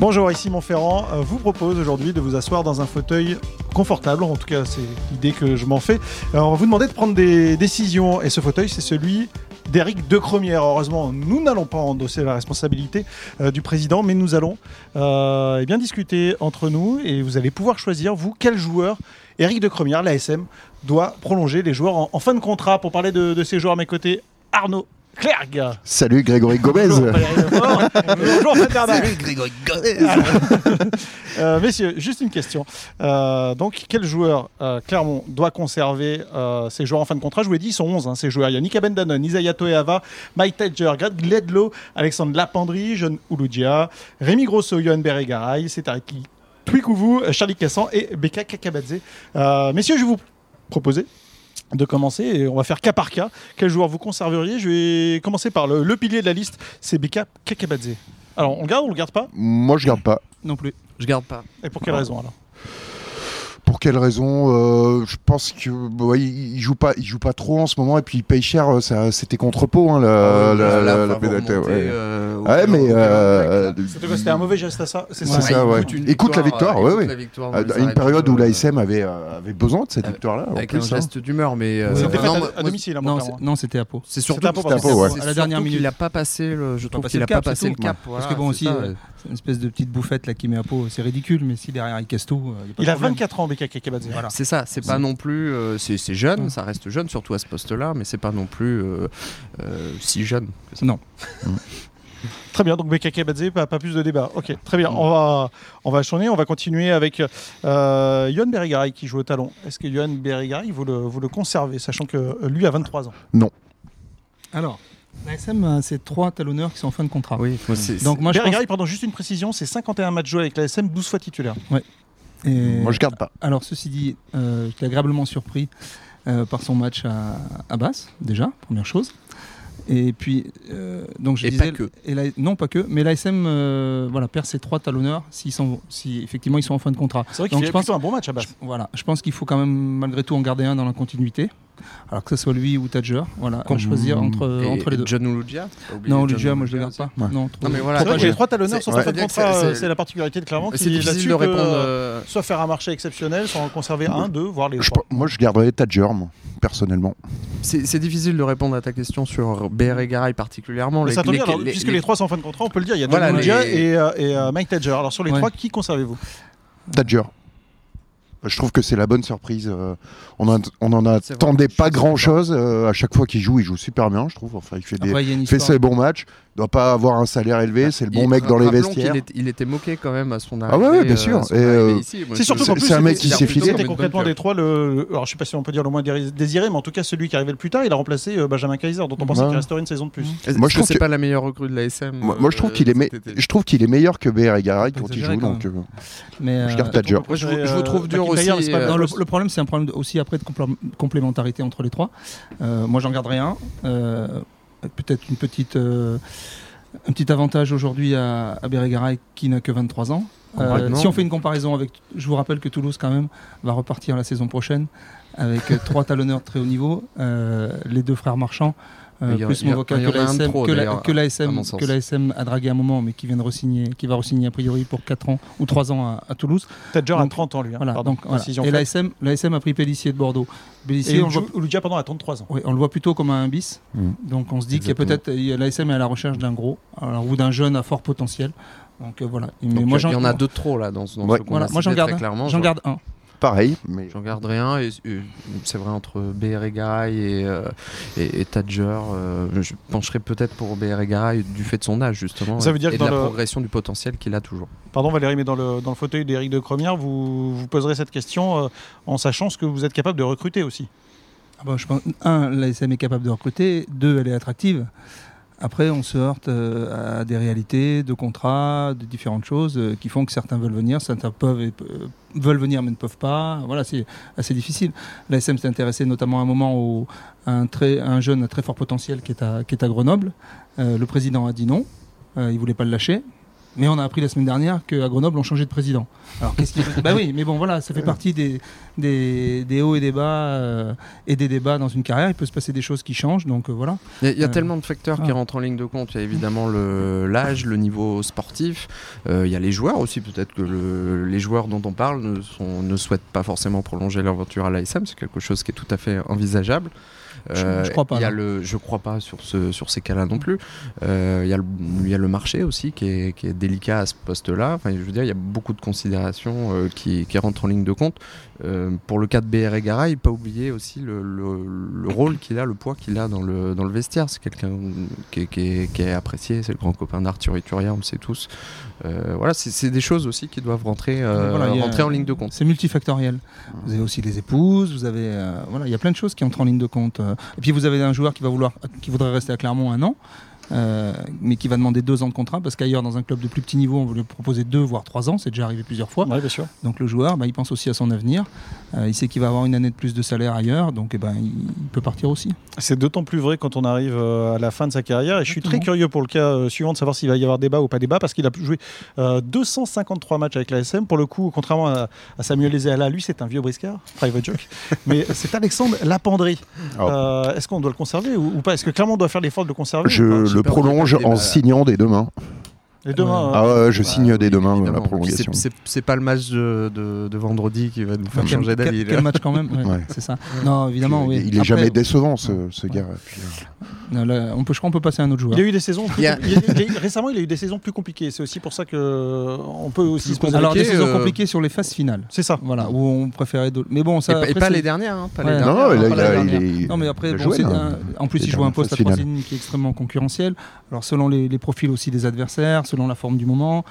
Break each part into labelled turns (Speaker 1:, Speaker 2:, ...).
Speaker 1: Bonjour, ici Montferrand euh, vous propose aujourd'hui de vous asseoir dans un fauteuil confortable, en tout cas c'est l'idée que je m'en fais. Euh, on va vous demander de prendre des décisions et ce fauteuil c'est celui d'Éric Decremière. Heureusement, nous n'allons pas endosser la responsabilité euh, du président, mais nous allons euh, eh bien discuter entre nous et vous allez pouvoir choisir, vous, quel joueur Éric Decremière, l'ASM, doit prolonger les joueurs en, en fin de contrat. Pour parler de, de ces joueurs à mes côtés, Arnaud Clerc.
Speaker 2: Salut Grégory Gomez.
Speaker 1: Bonjour Valérie Lefort. Bonjour Fred Bernard.
Speaker 2: Grégory
Speaker 1: Euh, messieurs, juste une question. Euh, donc, quel joueur euh, Clermont doit conserver euh, ses joueurs en fin de contrat Je vous l'ai dit, ils sont 11, hein, ces joueurs. Il y a Nika Bendanon, Isaiah Toeava, Mike Tedger, Greg Gledlow, Alexandre Lapendry, John Ouloudia, Rémi Grosso, Johan Ah, Beregaray, Setariki Twikouvou, Charlie Cassan et Becca Kakabadze. Euh, messieurs, je vais vous proposer de commencer et on va faire cas par cas. Quel joueur vous conserveriez Je vais commencer par le, le pilier de la liste, c'est Becca Kakabadze. Alors, on le garde ou on le garde pas
Speaker 2: Moi, je garde pas.
Speaker 3: Non plus. Je garde pas.
Speaker 1: Et pour quelle raison alors
Speaker 2: Pour quelle raison Euh, Je pense que ouais, il il joue pas, il joue pas trop en ce moment et puis il paye cher. euh, ça- C'était contre Pau, hein, la,
Speaker 4: Ah
Speaker 2: la, la- la pénalité, ouais. Ouais, mais euh,
Speaker 1: C'était quoi, C'était un mauvais geste à ça C'est
Speaker 2: c'est ça, ouais. Écoute la victoire, ouais, ouais. à- à une période où l'ASM avait, euh, avait besoin de cette
Speaker 4: Avec-
Speaker 2: victoire-là. En
Speaker 4: Avec un
Speaker 2: plus, hein.
Speaker 4: geste d'humeur, mais. euh,
Speaker 1: C'était fait
Speaker 4: non,
Speaker 1: à-
Speaker 4: moi-
Speaker 1: à
Speaker 4: moi,
Speaker 1: domicile, à mon
Speaker 3: Non,
Speaker 1: frère,
Speaker 3: c'est-
Speaker 1: hein.
Speaker 3: non, c'était à Pau.
Speaker 4: C'est
Speaker 1: C'était
Speaker 4: surtout
Speaker 1: à Pau,
Speaker 4: c'est
Speaker 1: pardon.
Speaker 2: à Pau, ouais.
Speaker 4: surtout
Speaker 3: À la dernière minute.
Speaker 4: qu'il a pas passé le. Je trouve
Speaker 3: passé
Speaker 4: qu'il
Speaker 3: le
Speaker 4: a
Speaker 3: cap,
Speaker 4: pas passé le
Speaker 3: surtout.
Speaker 4: cap.
Speaker 3: Parce
Speaker 4: voilà,
Speaker 3: que bon
Speaker 4: c'est
Speaker 3: aussi,
Speaker 4: ça,
Speaker 3: euh,
Speaker 4: ouais.
Speaker 3: c'est une espèce de petite bouffette là qui met à Pau, c'est ridicule. Mais si derrière il casse tout, euh, y a pas
Speaker 1: Il
Speaker 3: de
Speaker 1: a
Speaker 3: problème.
Speaker 1: 24 ans, Beka Kekabadze.
Speaker 3: Voilà.
Speaker 4: C'est ça, c'est pas
Speaker 3: C'est-
Speaker 4: non plus. euh, c'est c'est jeune,
Speaker 3: Ouais.
Speaker 4: ça reste jeune, surtout à ce poste-là, mais c'est pas non plus euh, euh, si jeune. que ça.
Speaker 3: Non.
Speaker 1: Très bien, donc Beka Kekabadze, pas, pas plus de débat. Ok, très bien. On va, on va changer, on va continuer avec euh, Yohan Berigaray qui joue au talon. Est-ce que Yohan Berigaray, vous le, vous le conservez, sachant que euh, lui a 23 ans
Speaker 3: Alors, l'ASM, euh, c'est trois talonneurs qui sont en fin de contrat.
Speaker 4: Oui, moi, c'est-
Speaker 3: Donc moi je pense.
Speaker 1: Berigaray, pardon, juste une précision, c'est 51 matchs joués avec l'ASM, 12 fois titulaire.
Speaker 4: euh,
Speaker 3: et-
Speaker 2: Moi, je garde pas.
Speaker 3: Alors, ceci dit, euh, j'étais agréablement surpris euh, par son match à, à Basse, déjà, première chose. Et puis, euh, donc je
Speaker 4: Et
Speaker 3: disais.
Speaker 4: pas que.
Speaker 3: et la- non, pas que. Mais l'ASM euh, voilà, perd ses trois talonneurs s'ils sont, si effectivement ils sont en fin de contrat.
Speaker 1: C'est vrai qu'il
Speaker 3: Donc,
Speaker 1: fait
Speaker 3: je pense-
Speaker 1: plutôt un bon match à base.
Speaker 3: Voilà, je pense qu'il faut quand même malgré tout en garder un dans la continuité. Alors que ce soit lui ou Tadger, voilà, à
Speaker 2: Comme-
Speaker 3: choisir entre,
Speaker 4: Et-
Speaker 3: entre les
Speaker 4: et
Speaker 3: deux.
Speaker 4: John Ulugia t'as oublié
Speaker 3: Non,
Speaker 4: John
Speaker 3: Lugia, moi je le garde
Speaker 4: aussi.
Speaker 3: pas.
Speaker 2: Ouais.
Speaker 3: Non, trop-
Speaker 4: Non, mais voilà.
Speaker 1: C'est vrai que les
Speaker 4: Ouais.
Speaker 1: trois talonneurs
Speaker 4: C'est-
Speaker 1: sont en fin
Speaker 4: ouais.
Speaker 1: de
Speaker 4: C'est-
Speaker 1: contrat,
Speaker 4: c'est-
Speaker 1: euh, c'est la particularité de Clermont qui
Speaker 4: C'est difficile
Speaker 1: là-dessus
Speaker 4: de
Speaker 1: peut,
Speaker 4: répondre.
Speaker 1: euh,
Speaker 4: euh,
Speaker 1: soit faire un marché exceptionnel, soit en conserver un, deux, voire les
Speaker 2: Je
Speaker 1: trois.
Speaker 2: pe- moi, je garderais Tadger, moi, personnellement.
Speaker 4: C'est c'est difficile de répondre à ta question sur Bérégaray particulièrement.
Speaker 1: Mais
Speaker 4: Les-
Speaker 1: ça tombe
Speaker 4: les-
Speaker 1: bien, alors,
Speaker 4: les-
Speaker 1: puisque
Speaker 4: les-
Speaker 1: les trois sont en fin de contrat, on peut le dire. Il y a John
Speaker 4: Voilà,
Speaker 1: Mundia
Speaker 4: les-
Speaker 1: et, euh, et, euh, Mike Tadger. Alors sur les
Speaker 3: Ouais.
Speaker 1: trois, qui conservez-vous
Speaker 2: Tadger. Je trouve que c'est la bonne surprise. euh, On en- on en
Speaker 4: C'est vrai.
Speaker 2: attendait pas
Speaker 4: Je sais
Speaker 2: grand chose. à chaque fois qu'il joue, il joue super bien, je trouve. Enfin, il fait des,
Speaker 3: Après, il y a une
Speaker 2: Il fait
Speaker 3: histoire.
Speaker 2: ses bons matchs, doit pas avoir un salaire élevé, c'est le bon
Speaker 4: Bah, Il-
Speaker 2: mec dans les
Speaker 4: rappelons qu'il
Speaker 2: vestiaires.
Speaker 4: est- Il, était moqué quand même à son
Speaker 2: Ah
Speaker 4: arrivée.
Speaker 2: ouais, ouais, bien
Speaker 4: euh,
Speaker 2: sûr.
Speaker 4: à son
Speaker 2: Et,
Speaker 4: arrivée
Speaker 2: euh,
Speaker 4: ici. Moi,
Speaker 1: C'est
Speaker 4: je-
Speaker 1: surtout
Speaker 2: c'est-
Speaker 1: qu'en plus,
Speaker 2: c'est un mec
Speaker 1: c'était-
Speaker 2: qui
Speaker 1: c'était
Speaker 2: s'est filé.
Speaker 1: C'était concrètement
Speaker 4: Comme
Speaker 1: des trois, le... alors je sais pas si on peut dire le moins déri- désiré, mais en tout cas celui qui arrivait le plus tard, il a remplacé euh, Benjamin Kaiser, dont on pensait
Speaker 2: Ouais.
Speaker 1: qu'il resterait une saison de plus.
Speaker 4: Est-ce
Speaker 2: Moi, je
Speaker 4: que
Speaker 2: trouve
Speaker 4: c'est
Speaker 2: que-
Speaker 4: pas la meilleure recrue de la SM.
Speaker 2: Moi, moi, je trouve
Speaker 4: euh,
Speaker 2: qu'il est, me-
Speaker 4: cet été.
Speaker 2: je trouve qu'il est meilleur que Béa Garay quand il
Speaker 3: Exagéré,
Speaker 2: joue.
Speaker 3: quand
Speaker 2: Donc, euh,
Speaker 3: Mais,
Speaker 2: je
Speaker 3: euh,
Speaker 2: garde Tadger.
Speaker 4: Moi, je, vous- je vous trouve dur
Speaker 1: Mackay
Speaker 4: aussi.
Speaker 1: Bayer, c'est pas
Speaker 4: euh,
Speaker 3: non, le, le problème, c'est un problème de- aussi après de complé- complémentarité entre les trois. Euh, moi, j'en garderai un. Euh, Peut-être une petite, euh, un petit avantage aujourd'hui à, à Bérégaray qui n'a que 23 ans. Euh,
Speaker 4: Complètement.
Speaker 3: si on fait une comparaison avec, je vous rappelle que Toulouse quand même va repartir la saison prochaine avec euh, trois talonneurs de très haut niveau, euh, les deux frères marchands, euh,
Speaker 4: Mais il y a-
Speaker 3: plus
Speaker 4: il y a-
Speaker 3: Movoca
Speaker 4: il y
Speaker 3: que
Speaker 4: en a un de
Speaker 3: l'ASM,
Speaker 4: trop,
Speaker 3: que la-
Speaker 4: d'ailleurs,
Speaker 3: que
Speaker 4: à
Speaker 3: l'ASM,
Speaker 4: mon sens.
Speaker 3: que l'ASM a dragué à un moment, mais qui vient de re-signer, qui va re-signer a priori pour 4 ans ou 3 ans à- à Toulouse.
Speaker 1: Tadger a
Speaker 3: Donc,
Speaker 1: 30 ans lui. hein.
Speaker 3: Voilà,
Speaker 1: Pardon,
Speaker 3: donc, voilà.
Speaker 1: précision
Speaker 3: Et
Speaker 1: faite.
Speaker 3: l'ASM, l'ASM a pris Pellissier de Bordeaux. Pellissier,
Speaker 1: Et
Speaker 3: on, le voit,
Speaker 1: Lugia pendant à 33 ans.
Speaker 3: oui, on le voit plutôt comme un bis.
Speaker 2: Mm.
Speaker 3: Donc on se dit qu'il y a
Speaker 2: Exactement.
Speaker 3: peut-être il y a- l'ASM est à la recherche d'un gros alors, ou d'un jeune à fort potentiel. Donc euh, voilà. Mais
Speaker 4: donc,
Speaker 3: moi,
Speaker 4: il y
Speaker 3: j'en-
Speaker 4: en a deux de trop là dans ce dans
Speaker 2: Ouais.
Speaker 4: ce qu'on
Speaker 3: Voilà,
Speaker 4: a
Speaker 3: moi j'en
Speaker 4: cité
Speaker 3: garde,
Speaker 4: très
Speaker 3: un.
Speaker 4: clairement.
Speaker 3: j'en
Speaker 4: je-
Speaker 3: garde un.
Speaker 2: pareil, mais
Speaker 4: J'en garderai un, et euh, c'est vrai, entre Bérégaray et, euh, et, et Tadger, euh, je pencherai peut-être pour Bérégaray du fait de son âge, justement,
Speaker 1: Ça veut
Speaker 4: et-
Speaker 1: dire
Speaker 4: et
Speaker 1: que
Speaker 4: de la
Speaker 1: dans le-
Speaker 4: progression du potentiel qu'il a toujours.
Speaker 1: Pardon Valérie, mais dans le, dans le fauteuil d'Éric de Cromière, vous, vous poserez cette question euh, en sachant ce que vous êtes capable de recruter aussi.
Speaker 3: Ah bah, je pense, un, l'ASM est capable de recruter. Deux, elle est attractive. Après, on se heurte euh, à des réalités, de contrats, de différentes choses euh, qui font que certains veulent venir, certains peuvent et, pe- euh, veulent venir mais ne peuvent pas. Voilà, c'est assez difficile. L'ASM s'est intéressée notamment à un moment au, à, un très, à un jeune à très fort potentiel qui est à, qui est à Grenoble. Euh, le président a dit non, euh, il voulait pas le lâcher. Mais on a appris la semaine dernière qu'à Grenoble, on changeait de président. Alors qu'est-ce qu'il Bah oui, mais bon, voilà, ça fait partie des, des, des hauts et des bas euh, et des débats dans une carrière. Il peut se passer des choses qui changent, donc euh, Ah. voilà.
Speaker 4: Il y a, il y a tellement de facteurs qui rentrent en ligne de compte. Il y a évidemment le- l'âge, le niveau sportif. Euh, il y a les joueurs aussi. Peut-être que le- les joueurs dont on parle ne, sont- ne souhaitent pas forcément prolonger leur aventure à l'ASM. C'est quelque chose qui est tout à fait envisageable. Euh,
Speaker 3: Je- je crois pas,
Speaker 4: Il y a
Speaker 3: non.
Speaker 4: le, je crois pas sur, ce, sur ces cas-là non plus. Euh, Il y, a le- il y a le marché aussi qui est, qui est délicat à ce poste-là. Enfin, je veux dire, il y a beaucoup de considérations euh, qui, qui rentrent en ligne de compte. Euh, pour le cas de BR et Garay, pas oublier aussi le, le- le rôle qu'il a, le poids qu'il a dans le, dans le vestiaire. C'est quelqu'un qui, est- qui est- qui est apprécié, c'est le grand copain d'Arthur Ituria, on le sait tous. Euh, voilà, c'est c'est des choses aussi qui doivent rentrer, euh,
Speaker 3: Voilà, il y a-
Speaker 4: rentrer en ligne de compte.
Speaker 3: C'est multifactoriel. Vous avez aussi les épouses, vous avez euh, voilà, il y a plein de choses qui entrent en ligne de compte. euh. Et puis vous avez un joueur qui va vouloir, qui voudrait rester à Clermont un an, euh, mais qui va demander deux ans de contrat parce qu'ailleurs dans un club de plus petit niveau, on va lui proposer deux voire trois ans. C'est déjà arrivé plusieurs fois.
Speaker 1: Ouais, bien sûr.
Speaker 3: Donc le joueur, bah, il pense aussi à son avenir. Euh, il sait qu'il va avoir une année de plus de salaire ailleurs, donc eh ben il, il peut partir aussi.
Speaker 1: C'est d'autant plus vrai quand on arrive euh, à la fin de sa carrière. Et je suis très
Speaker 3: Exactement.
Speaker 1: curieux pour le cas euh, suivant de savoir s'il va y avoir débat ou pas débat, parce qu'il a joué euh, 253 matchs avec la SM. Pour le coup, contrairement à, à Samuel Ezeala, lui, c'est un vieux briscard, private joke. Mais c'est Alexandre Lapendry.
Speaker 2: Oh.
Speaker 1: Euh, Est-ce qu'on doit le conserver ou, ou pas Est-ce que clairement on doit faire l'effort de le conserver
Speaker 2: Je
Speaker 1: ou pas
Speaker 2: le
Speaker 4: peur
Speaker 2: prolonge
Speaker 4: de débattre.
Speaker 2: en signant dès demain.
Speaker 1: Les deux mains,
Speaker 2: Ah,
Speaker 1: euh,
Speaker 2: ouais, je signe
Speaker 4: Bah,
Speaker 2: dès
Speaker 4: oui,
Speaker 2: demain euh, la
Speaker 4: évidemment.
Speaker 2: prolongation.
Speaker 4: C'est- c'est- C'est pas le match de, de- de vendredi qui va nous faire
Speaker 3: Quel-
Speaker 4: changer
Speaker 3: quel,
Speaker 4: d'avis. là.
Speaker 3: quel match quand même, ouais,
Speaker 2: Ouais.
Speaker 3: c'est ça. Non évidemment,
Speaker 2: il,
Speaker 3: oui.
Speaker 2: il est
Speaker 3: Après,
Speaker 2: jamais décevant ce, ce
Speaker 3: Ouais.
Speaker 2: gars. Et puis, euh,
Speaker 3: non, là, on peut, je crois, on peut passer à un autre joueur.
Speaker 1: Il a eu des saisons. plus
Speaker 4: Il y a-
Speaker 1: compli- il a- il a eu- récemment, il a eu des saisons plus compliquées. C'est aussi pour ça que euh, on peut aussi
Speaker 4: Plus
Speaker 1: se poser.
Speaker 4: compliquées.
Speaker 1: la-
Speaker 3: Alors des saisons
Speaker 4: euh,
Speaker 3: compliquées sur les phases finales.
Speaker 1: C'est ça.
Speaker 3: Voilà, où on préférait d'autres. Mais bon, ça.
Speaker 4: et, pas- et
Speaker 3: après,
Speaker 4: pas
Speaker 3: c'est-
Speaker 4: les dernières. hein, pas les
Speaker 3: Ouais.
Speaker 4: dernières.
Speaker 2: Non, non, il a-
Speaker 3: pas
Speaker 2: il
Speaker 3: la
Speaker 2: a- il est-
Speaker 3: Non mais après,
Speaker 2: il a
Speaker 3: bon,
Speaker 2: joué,
Speaker 3: c'est
Speaker 2: là.
Speaker 4: hein.
Speaker 3: un- en plus
Speaker 2: Les
Speaker 3: il joue un
Speaker 2: dernières
Speaker 3: poste à
Speaker 2: phases
Speaker 3: trois
Speaker 2: finales.
Speaker 3: lignes qui est extrêmement concurrentiel. Alors selon les, les profils aussi des adversaires, selon la forme du moment,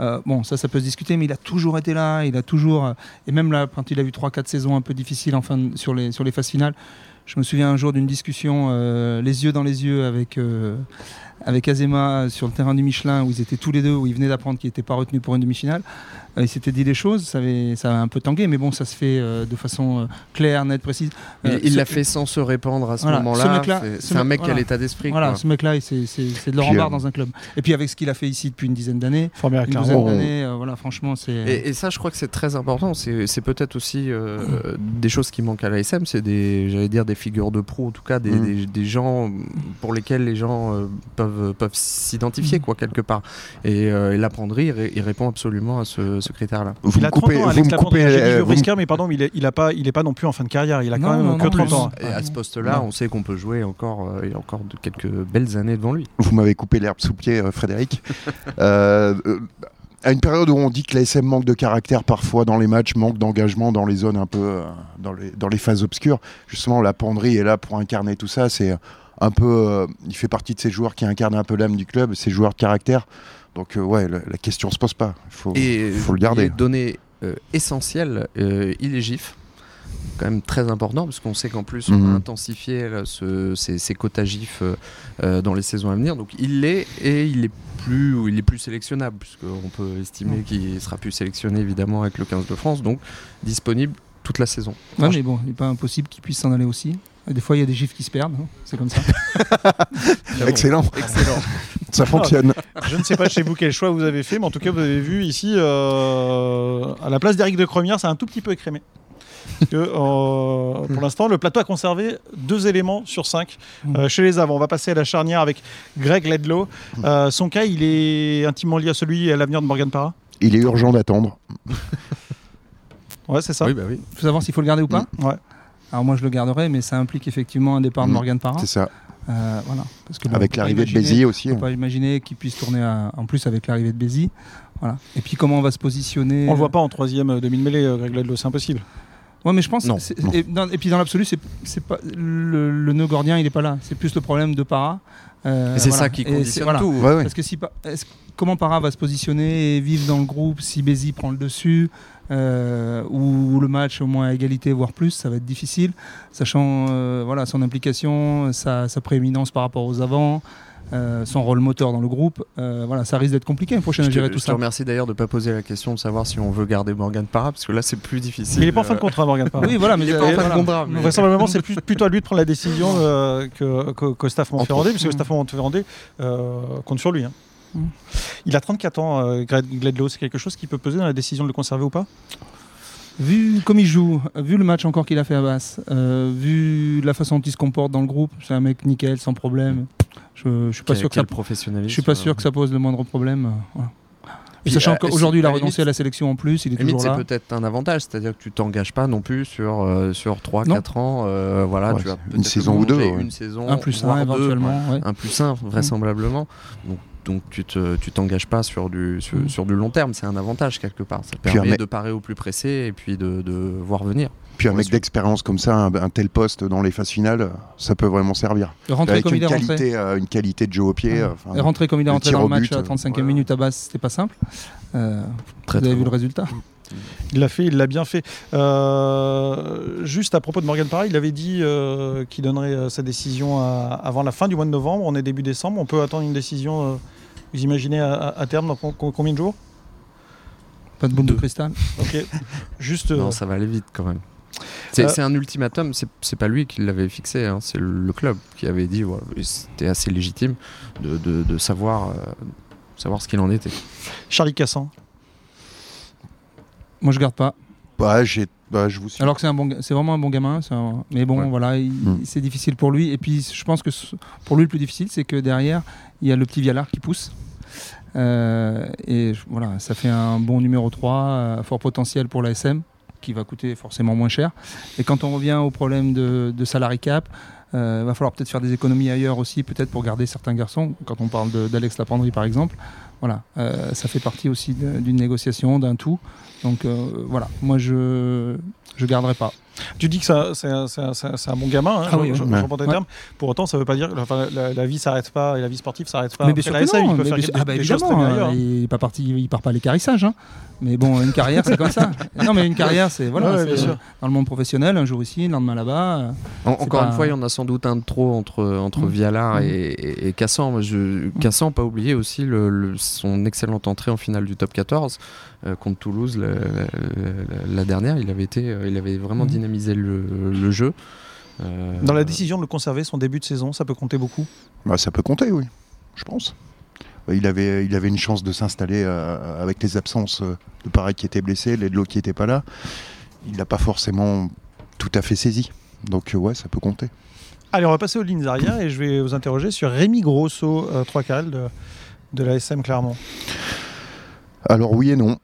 Speaker 3: euh, bon ça ça peut se discuter, mais il a toujours été là, il a toujours euh, et même là quand il a eu trois quatre saisons un peu difficiles en fin de- sur les sur les phases finales, je me souviens un jour d'une discussion euh, les yeux dans les yeux avec euh, avec Azema sur le terrain du Michelin où ils étaient tous les deux où ils venaient d'apprendre qu'ils n'étaient pas retenus pour une demi-finale. Euh, ils s'étaient dit les choses, ça avait ça a un peu tangué, mais bon ça se fait euh, de façon euh, claire, nette, précise. Euh,
Speaker 4: Il- Il
Speaker 3: ce-
Speaker 4: l'a fait sans se répandre à ce
Speaker 3: Voilà, ce
Speaker 4: moment-là.
Speaker 3: mec-là-
Speaker 4: C'est-
Speaker 3: ce
Speaker 4: C'est un
Speaker 3: mec-
Speaker 4: mec qui
Speaker 3: voilà.
Speaker 4: a l'état d'esprit.
Speaker 3: Voilà,
Speaker 4: quoi.
Speaker 3: ce mec-là, il- c'est c'est- c'est de Laurent
Speaker 2: Puis, euh, Ah,
Speaker 3: Barre dans un club. Et puis avec ce qu'il a fait ici depuis une dizaine d'années,
Speaker 1: Formé à
Speaker 3: une
Speaker 1: Clermont.
Speaker 3: douzaine
Speaker 2: on-
Speaker 3: d'années, euh, voilà, franchement, c'est.
Speaker 4: Et, et ça, je crois que c'est très important. C'est c'est peut-être aussi euh, des choses qui manquent à l'ASM. C'est des, j'allais dire, des figures de proue, en tout cas, des,
Speaker 2: Mm.
Speaker 4: des- des gens pour lesquels les gens euh, peuvent, peuvent s'identifier, quoi, quelque part. Et, euh, et l'apprendrie, il, ré- il répond absolument à ce, ce critère-là.
Speaker 2: Vous
Speaker 1: il
Speaker 2: me
Speaker 1: a 30
Speaker 2: coupez,
Speaker 1: ans,
Speaker 2: vous
Speaker 1: Alex
Speaker 2: me
Speaker 1: Lapendry.
Speaker 2: coupez.
Speaker 1: J'ai dit vieux
Speaker 2: euh, vous me-
Speaker 1: briscard, mais pardon, mais il est, il a pas, il est pas non plus en fin de carrière. Il a quand
Speaker 3: Non,
Speaker 1: même
Speaker 3: non,
Speaker 1: que
Speaker 3: non,
Speaker 1: 30
Speaker 3: non.
Speaker 1: ans.
Speaker 4: Et à ce poste-là, on sait qu'on peut jouer encore, euh, il y a encore de quelques belles années devant lui.
Speaker 2: Vous m'avez coupé l'herbe sous le pied, euh, Frédéric. Euh, euh, à une période où on dit que l'ASM manque de caractère parfois dans les matchs, manque d'engagement dans les zones un peu, euh, dans, les, dans les phases obscures, justement la penderie est là pour incarner tout ça. C'est un peu, euh, il fait partie de ces joueurs qui incarnent un peu l'âme du club, ces joueurs de caractère. Donc euh, ouais, la, la question se pose pas. Il faut-
Speaker 4: Et
Speaker 2: faut le garder.
Speaker 4: Les données euh, essentielles, euh, il est GIF. Quand même très important, parce qu'on sait qu'en plus, on
Speaker 2: Mhm.
Speaker 4: va intensifier là, ce- ces, ces quotas GIF euh, euh, dans les saisons à venir. Donc il l'est et il est plus, ou il est plus sélectionnable, puisqu'on peut estimer qu'il sera plus sélectionné évidemment avec le 15 de France. Donc disponible toute la saison.
Speaker 3: Ouais, mais bon, il n'est pas impossible qu'il puisse s'en aller aussi. Et Des fois, il y a des gifs qui se perdent, hein, c'est comme ça.
Speaker 2: Excellent,
Speaker 4: Excellent.
Speaker 2: ça fonctionne.
Speaker 1: Je ne sais pas chez vous quel choix vous avez fait, mais en tout cas, vous avez vu ici, euh, à la place d'Eric de Cromière, c'est un tout petit peu écrémé. Parce que, euh, pour l'instant, le plateau a conservé deux éléments sur cinq euh, chez les avants. On va passer à la charnière avec Greg Ledlow. Euh, son cas, il est intimement lié à celui et à l'avenir de Morgan Parra.
Speaker 2: Il est urgent d'attendre.
Speaker 1: Ouais,
Speaker 2: Ah.
Speaker 1: c'est ça.
Speaker 4: Oui, bah oui.
Speaker 3: Il faut savoir s'il faut le garder
Speaker 2: Mm.
Speaker 3: ou pas.
Speaker 1: Ouais.
Speaker 3: Alors moi, je le garderai, mais ça implique effectivement un départ de
Speaker 2: Mm.
Speaker 3: Morgan Parra.
Speaker 2: C'est ça.
Speaker 3: Euh, voilà. Parce que, Ah, bon, on
Speaker 2: Avec
Speaker 3: peut pas
Speaker 2: l'arrivée de
Speaker 3: imaginer-
Speaker 2: Béziers aussi. hein.
Speaker 3: On peut pas imaginer qu'il puisse tourner à- en plus avec l'arrivée de Bézi. Voilà. Et puis comment on va se positionner
Speaker 1: On le voit pas en troisième euh, demi-mêlée, euh, Greg Ledlow, c'est impossible.
Speaker 3: Ouais, mais je pense.
Speaker 2: Non,
Speaker 3: que c'est-
Speaker 2: non.
Speaker 3: Et, dans- et puis dans l'absolu, c'est c'est pas le, le nœud gordien, il est pas là. C'est plus le problème de Para. Euh,
Speaker 4: Et c'est
Speaker 3: voilà.
Speaker 4: ça qui
Speaker 3: Et c'est-
Speaker 4: conditionne
Speaker 3: voilà.
Speaker 4: tout.
Speaker 2: Ouais, ouais.
Speaker 3: Parce que si Pa- est-ce- comment Para va se positionner et vivre dans le groupe si Bézi prend le dessus euh, ou le match au moins à égalité voire plus, ça va être difficile, sachant euh, voilà son implication, sa, sa prééminence par rapport aux avants. euh, son rôle moteur dans le groupe, Euh, voilà, ça risque d'être compliqué une prochaine
Speaker 4: Je
Speaker 3: à gérer
Speaker 4: te,
Speaker 3: tout
Speaker 4: je te
Speaker 3: ça.
Speaker 4: remercie d'ailleurs de ne pas poser la question de savoir si on veut garder Morgan Parra, parce que là c'est plus difficile. euh,
Speaker 1: Il est pas en fin de contrat, Morgan Parra.
Speaker 3: Oui, voilà, mais
Speaker 4: Il est pas en
Speaker 3: euh,
Speaker 4: fin de
Speaker 3: voilà.
Speaker 4: contrat, Ah, mais-
Speaker 1: Donc, Vraisemblablement, c'est plus- plutôt à lui de prendre la
Speaker 4: Mm.
Speaker 1: décision euh, que- qu'au qu'au staff Monferrandé, puisque le staff Monferrandé euh, compte sur lui. hein. Il a 34 ans, euh, Greg Gledlow. C'est quelque chose qui peut peser dans la décision de le conserver ou pas
Speaker 3: Vu comme il joue, vu le match encore qu'il a fait à Basse, euh, vu la façon dont il se comporte dans le groupe, c'est un mec nickel, sans problème. Je, je suis pas sûr que ça, je
Speaker 4: professionnalisme.
Speaker 3: suis pas sûr que ça pose le moindre problème. euh, voilà. Et sachant qu'aujourd'hui il a renoncé à la sélection en plus, il est
Speaker 4: Limite,
Speaker 3: toujours
Speaker 4: c'est
Speaker 3: là.
Speaker 4: peut-être un avantage, c'est-à-dire que tu t'engages pas non plus sur, euh, sur 3,
Speaker 3: Non.
Speaker 4: 4 ans. euh, voilà,
Speaker 2: Ouais,
Speaker 4: tu vas
Speaker 2: une
Speaker 4: peut-être
Speaker 2: saison ou
Speaker 4: prolonger
Speaker 2: deux, ouais.
Speaker 4: Une saison,
Speaker 3: Un plus
Speaker 4: voire
Speaker 3: un
Speaker 4: deux,
Speaker 3: éventuellement. ouais.
Speaker 4: un plus un vraisemblablement. Donc, donc tu te- tu t'engages pas sur du, sur,
Speaker 3: Mm.
Speaker 4: sur du long terme, c'est un avantage quelque part. Ça
Speaker 2: Puis un
Speaker 4: permet
Speaker 2: mec-
Speaker 4: de parer au plus pressé et puis de, de voir venir.
Speaker 2: Puis un
Speaker 4: Ouais,
Speaker 2: mec
Speaker 4: c'est-
Speaker 2: d'expérience comme ça, un, un tel poste dans les phases finales, ça peut vraiment servir.
Speaker 3: Rentrer
Speaker 2: Avec
Speaker 3: comme
Speaker 2: une
Speaker 3: il est rentré.
Speaker 2: qualité, euh, une qualité de jeu au pied.
Speaker 3: Ouais.
Speaker 2: euh, enfin,
Speaker 3: Et rentrer comme il est
Speaker 2: Le
Speaker 3: rentré
Speaker 2: tir
Speaker 3: dans le
Speaker 2: au
Speaker 3: match
Speaker 2: but,
Speaker 3: à
Speaker 2: euh,
Speaker 3: 35e
Speaker 2: voilà.
Speaker 3: minute à Basse, c'était pas simple. Euh,
Speaker 4: Très,
Speaker 3: vous
Speaker 4: très
Speaker 3: avez vu le
Speaker 4: bon.
Speaker 3: résultat.
Speaker 1: Il l'a fait, il l'a bien fait. Euh, juste à propos de Morgan Parra, il avait dit euh, qu'il donnerait euh, sa décision à- avant la fin du mois de novembre. On est début décembre. On peut attendre une décision, euh, vous imaginez, à, à- à terme, dans con- con- combien de jours
Speaker 3: Pas de boule de cristal.
Speaker 1: Ok. Juste. euh,
Speaker 4: Non, ça va aller vite quand même. C'est
Speaker 1: Euh,
Speaker 4: c'est un ultimatum, c'est c'est pas lui qui l'avait fixé, hein, c'est le le club qui avait dit, voilà, et c'était assez légitime de, de- de savoir, euh, savoir ce qu'il en était.
Speaker 1: Charlie Cassan.
Speaker 3: Moi je garde pas.
Speaker 2: bah, j'ai- bah, je vous suis.
Speaker 3: Alors que c'est un bon, ga- c'est vraiment un bon gamin. c'est un- Mais bon,
Speaker 4: Ouais.
Speaker 3: voilà, il-
Speaker 2: Mm.
Speaker 3: c'est difficile pour lui. Et puis je pense que ce- pour lui le plus difficile, c'est que derrière il y a le petit Vialard qui pousse. Euh, et je- voilà, ça fait un bon numéro 3, euh, fort potentiel pour la SM, qui va coûter forcément moins cher. Et quand on revient au problème de, de salary cap, euh, va falloir peut-être faire des économies ailleurs aussi, peut-être pour garder certains garçons. Quand on parle de- d'Alex Lapendrie par exemple, voilà, euh, ça fait partie aussi de- d'une négociation, d'un tout. Donc euh, voilà, moi je je garderai pas.
Speaker 1: Tu dis que ça- c'est un, c'est un- c'est un- c'est un bon gamin, hein,
Speaker 3: Ah oui,
Speaker 1: je- je-
Speaker 2: oui.
Speaker 1: j'entends tes
Speaker 3: Ouais.
Speaker 1: termes. Pour autant, ça ne veut pas dire que enfin, la, la vie s'arrête pas et la vie sportive s'arrête pas.
Speaker 3: mais
Speaker 1: Après,
Speaker 3: bien sûr
Speaker 1: la
Speaker 3: que
Speaker 1: SM,
Speaker 3: non,
Speaker 1: il peut
Speaker 3: mais
Speaker 1: faire
Speaker 3: bien sûr-
Speaker 1: des-
Speaker 3: ah bah
Speaker 1: des choses très
Speaker 3: évidemment,
Speaker 1: meilleures,
Speaker 3: euh,
Speaker 1: hein.
Speaker 3: il est pas parti, il part pas à l'écarissage. Hein. Mais bon, une carrière c'est comme ça. Non mais une carrière c'est voilà,
Speaker 1: Ouais, ouais,
Speaker 3: c'est,
Speaker 1: bien sûr.
Speaker 3: euh, dans le monde professionnel, un jour ici, le lendemain là-bas. euh,
Speaker 4: En-
Speaker 3: C'est
Speaker 4: encore
Speaker 3: pas-
Speaker 4: une fois, il y en a sans doute un de trop entre, entre
Speaker 3: Mm.
Speaker 4: Vialard
Speaker 3: Mm.
Speaker 4: et, et, et Cassan. Moi, je- Cassan, pas oublier aussi le, le- son excellente entrée en finale du top 14 euh, contre Toulouse la, la- la- la dernière. Il avait, été, euh, il avait vraiment
Speaker 3: Mm.
Speaker 4: dynamisé le, le jeu. Euh,
Speaker 1: Dans la décision de le conserver, son début de saison, ça peut compter beaucoup.
Speaker 2: Bah, ça peut compter, oui, je pense. Bah, Il avait, il avait une chance de s'installer euh, avec les absences euh, de Pareil qui était blessé, Ledlow qui n'était pas là. Il l'a pas forcément tout à fait saisi. Donc, euh, ouais, ça peut compter.
Speaker 1: Allez, on va passer aux lignes arrière et je vais vous interroger sur Rémi Grosso, euh, trois quarts de, de la SM Clermont.
Speaker 2: Alors, oui et non.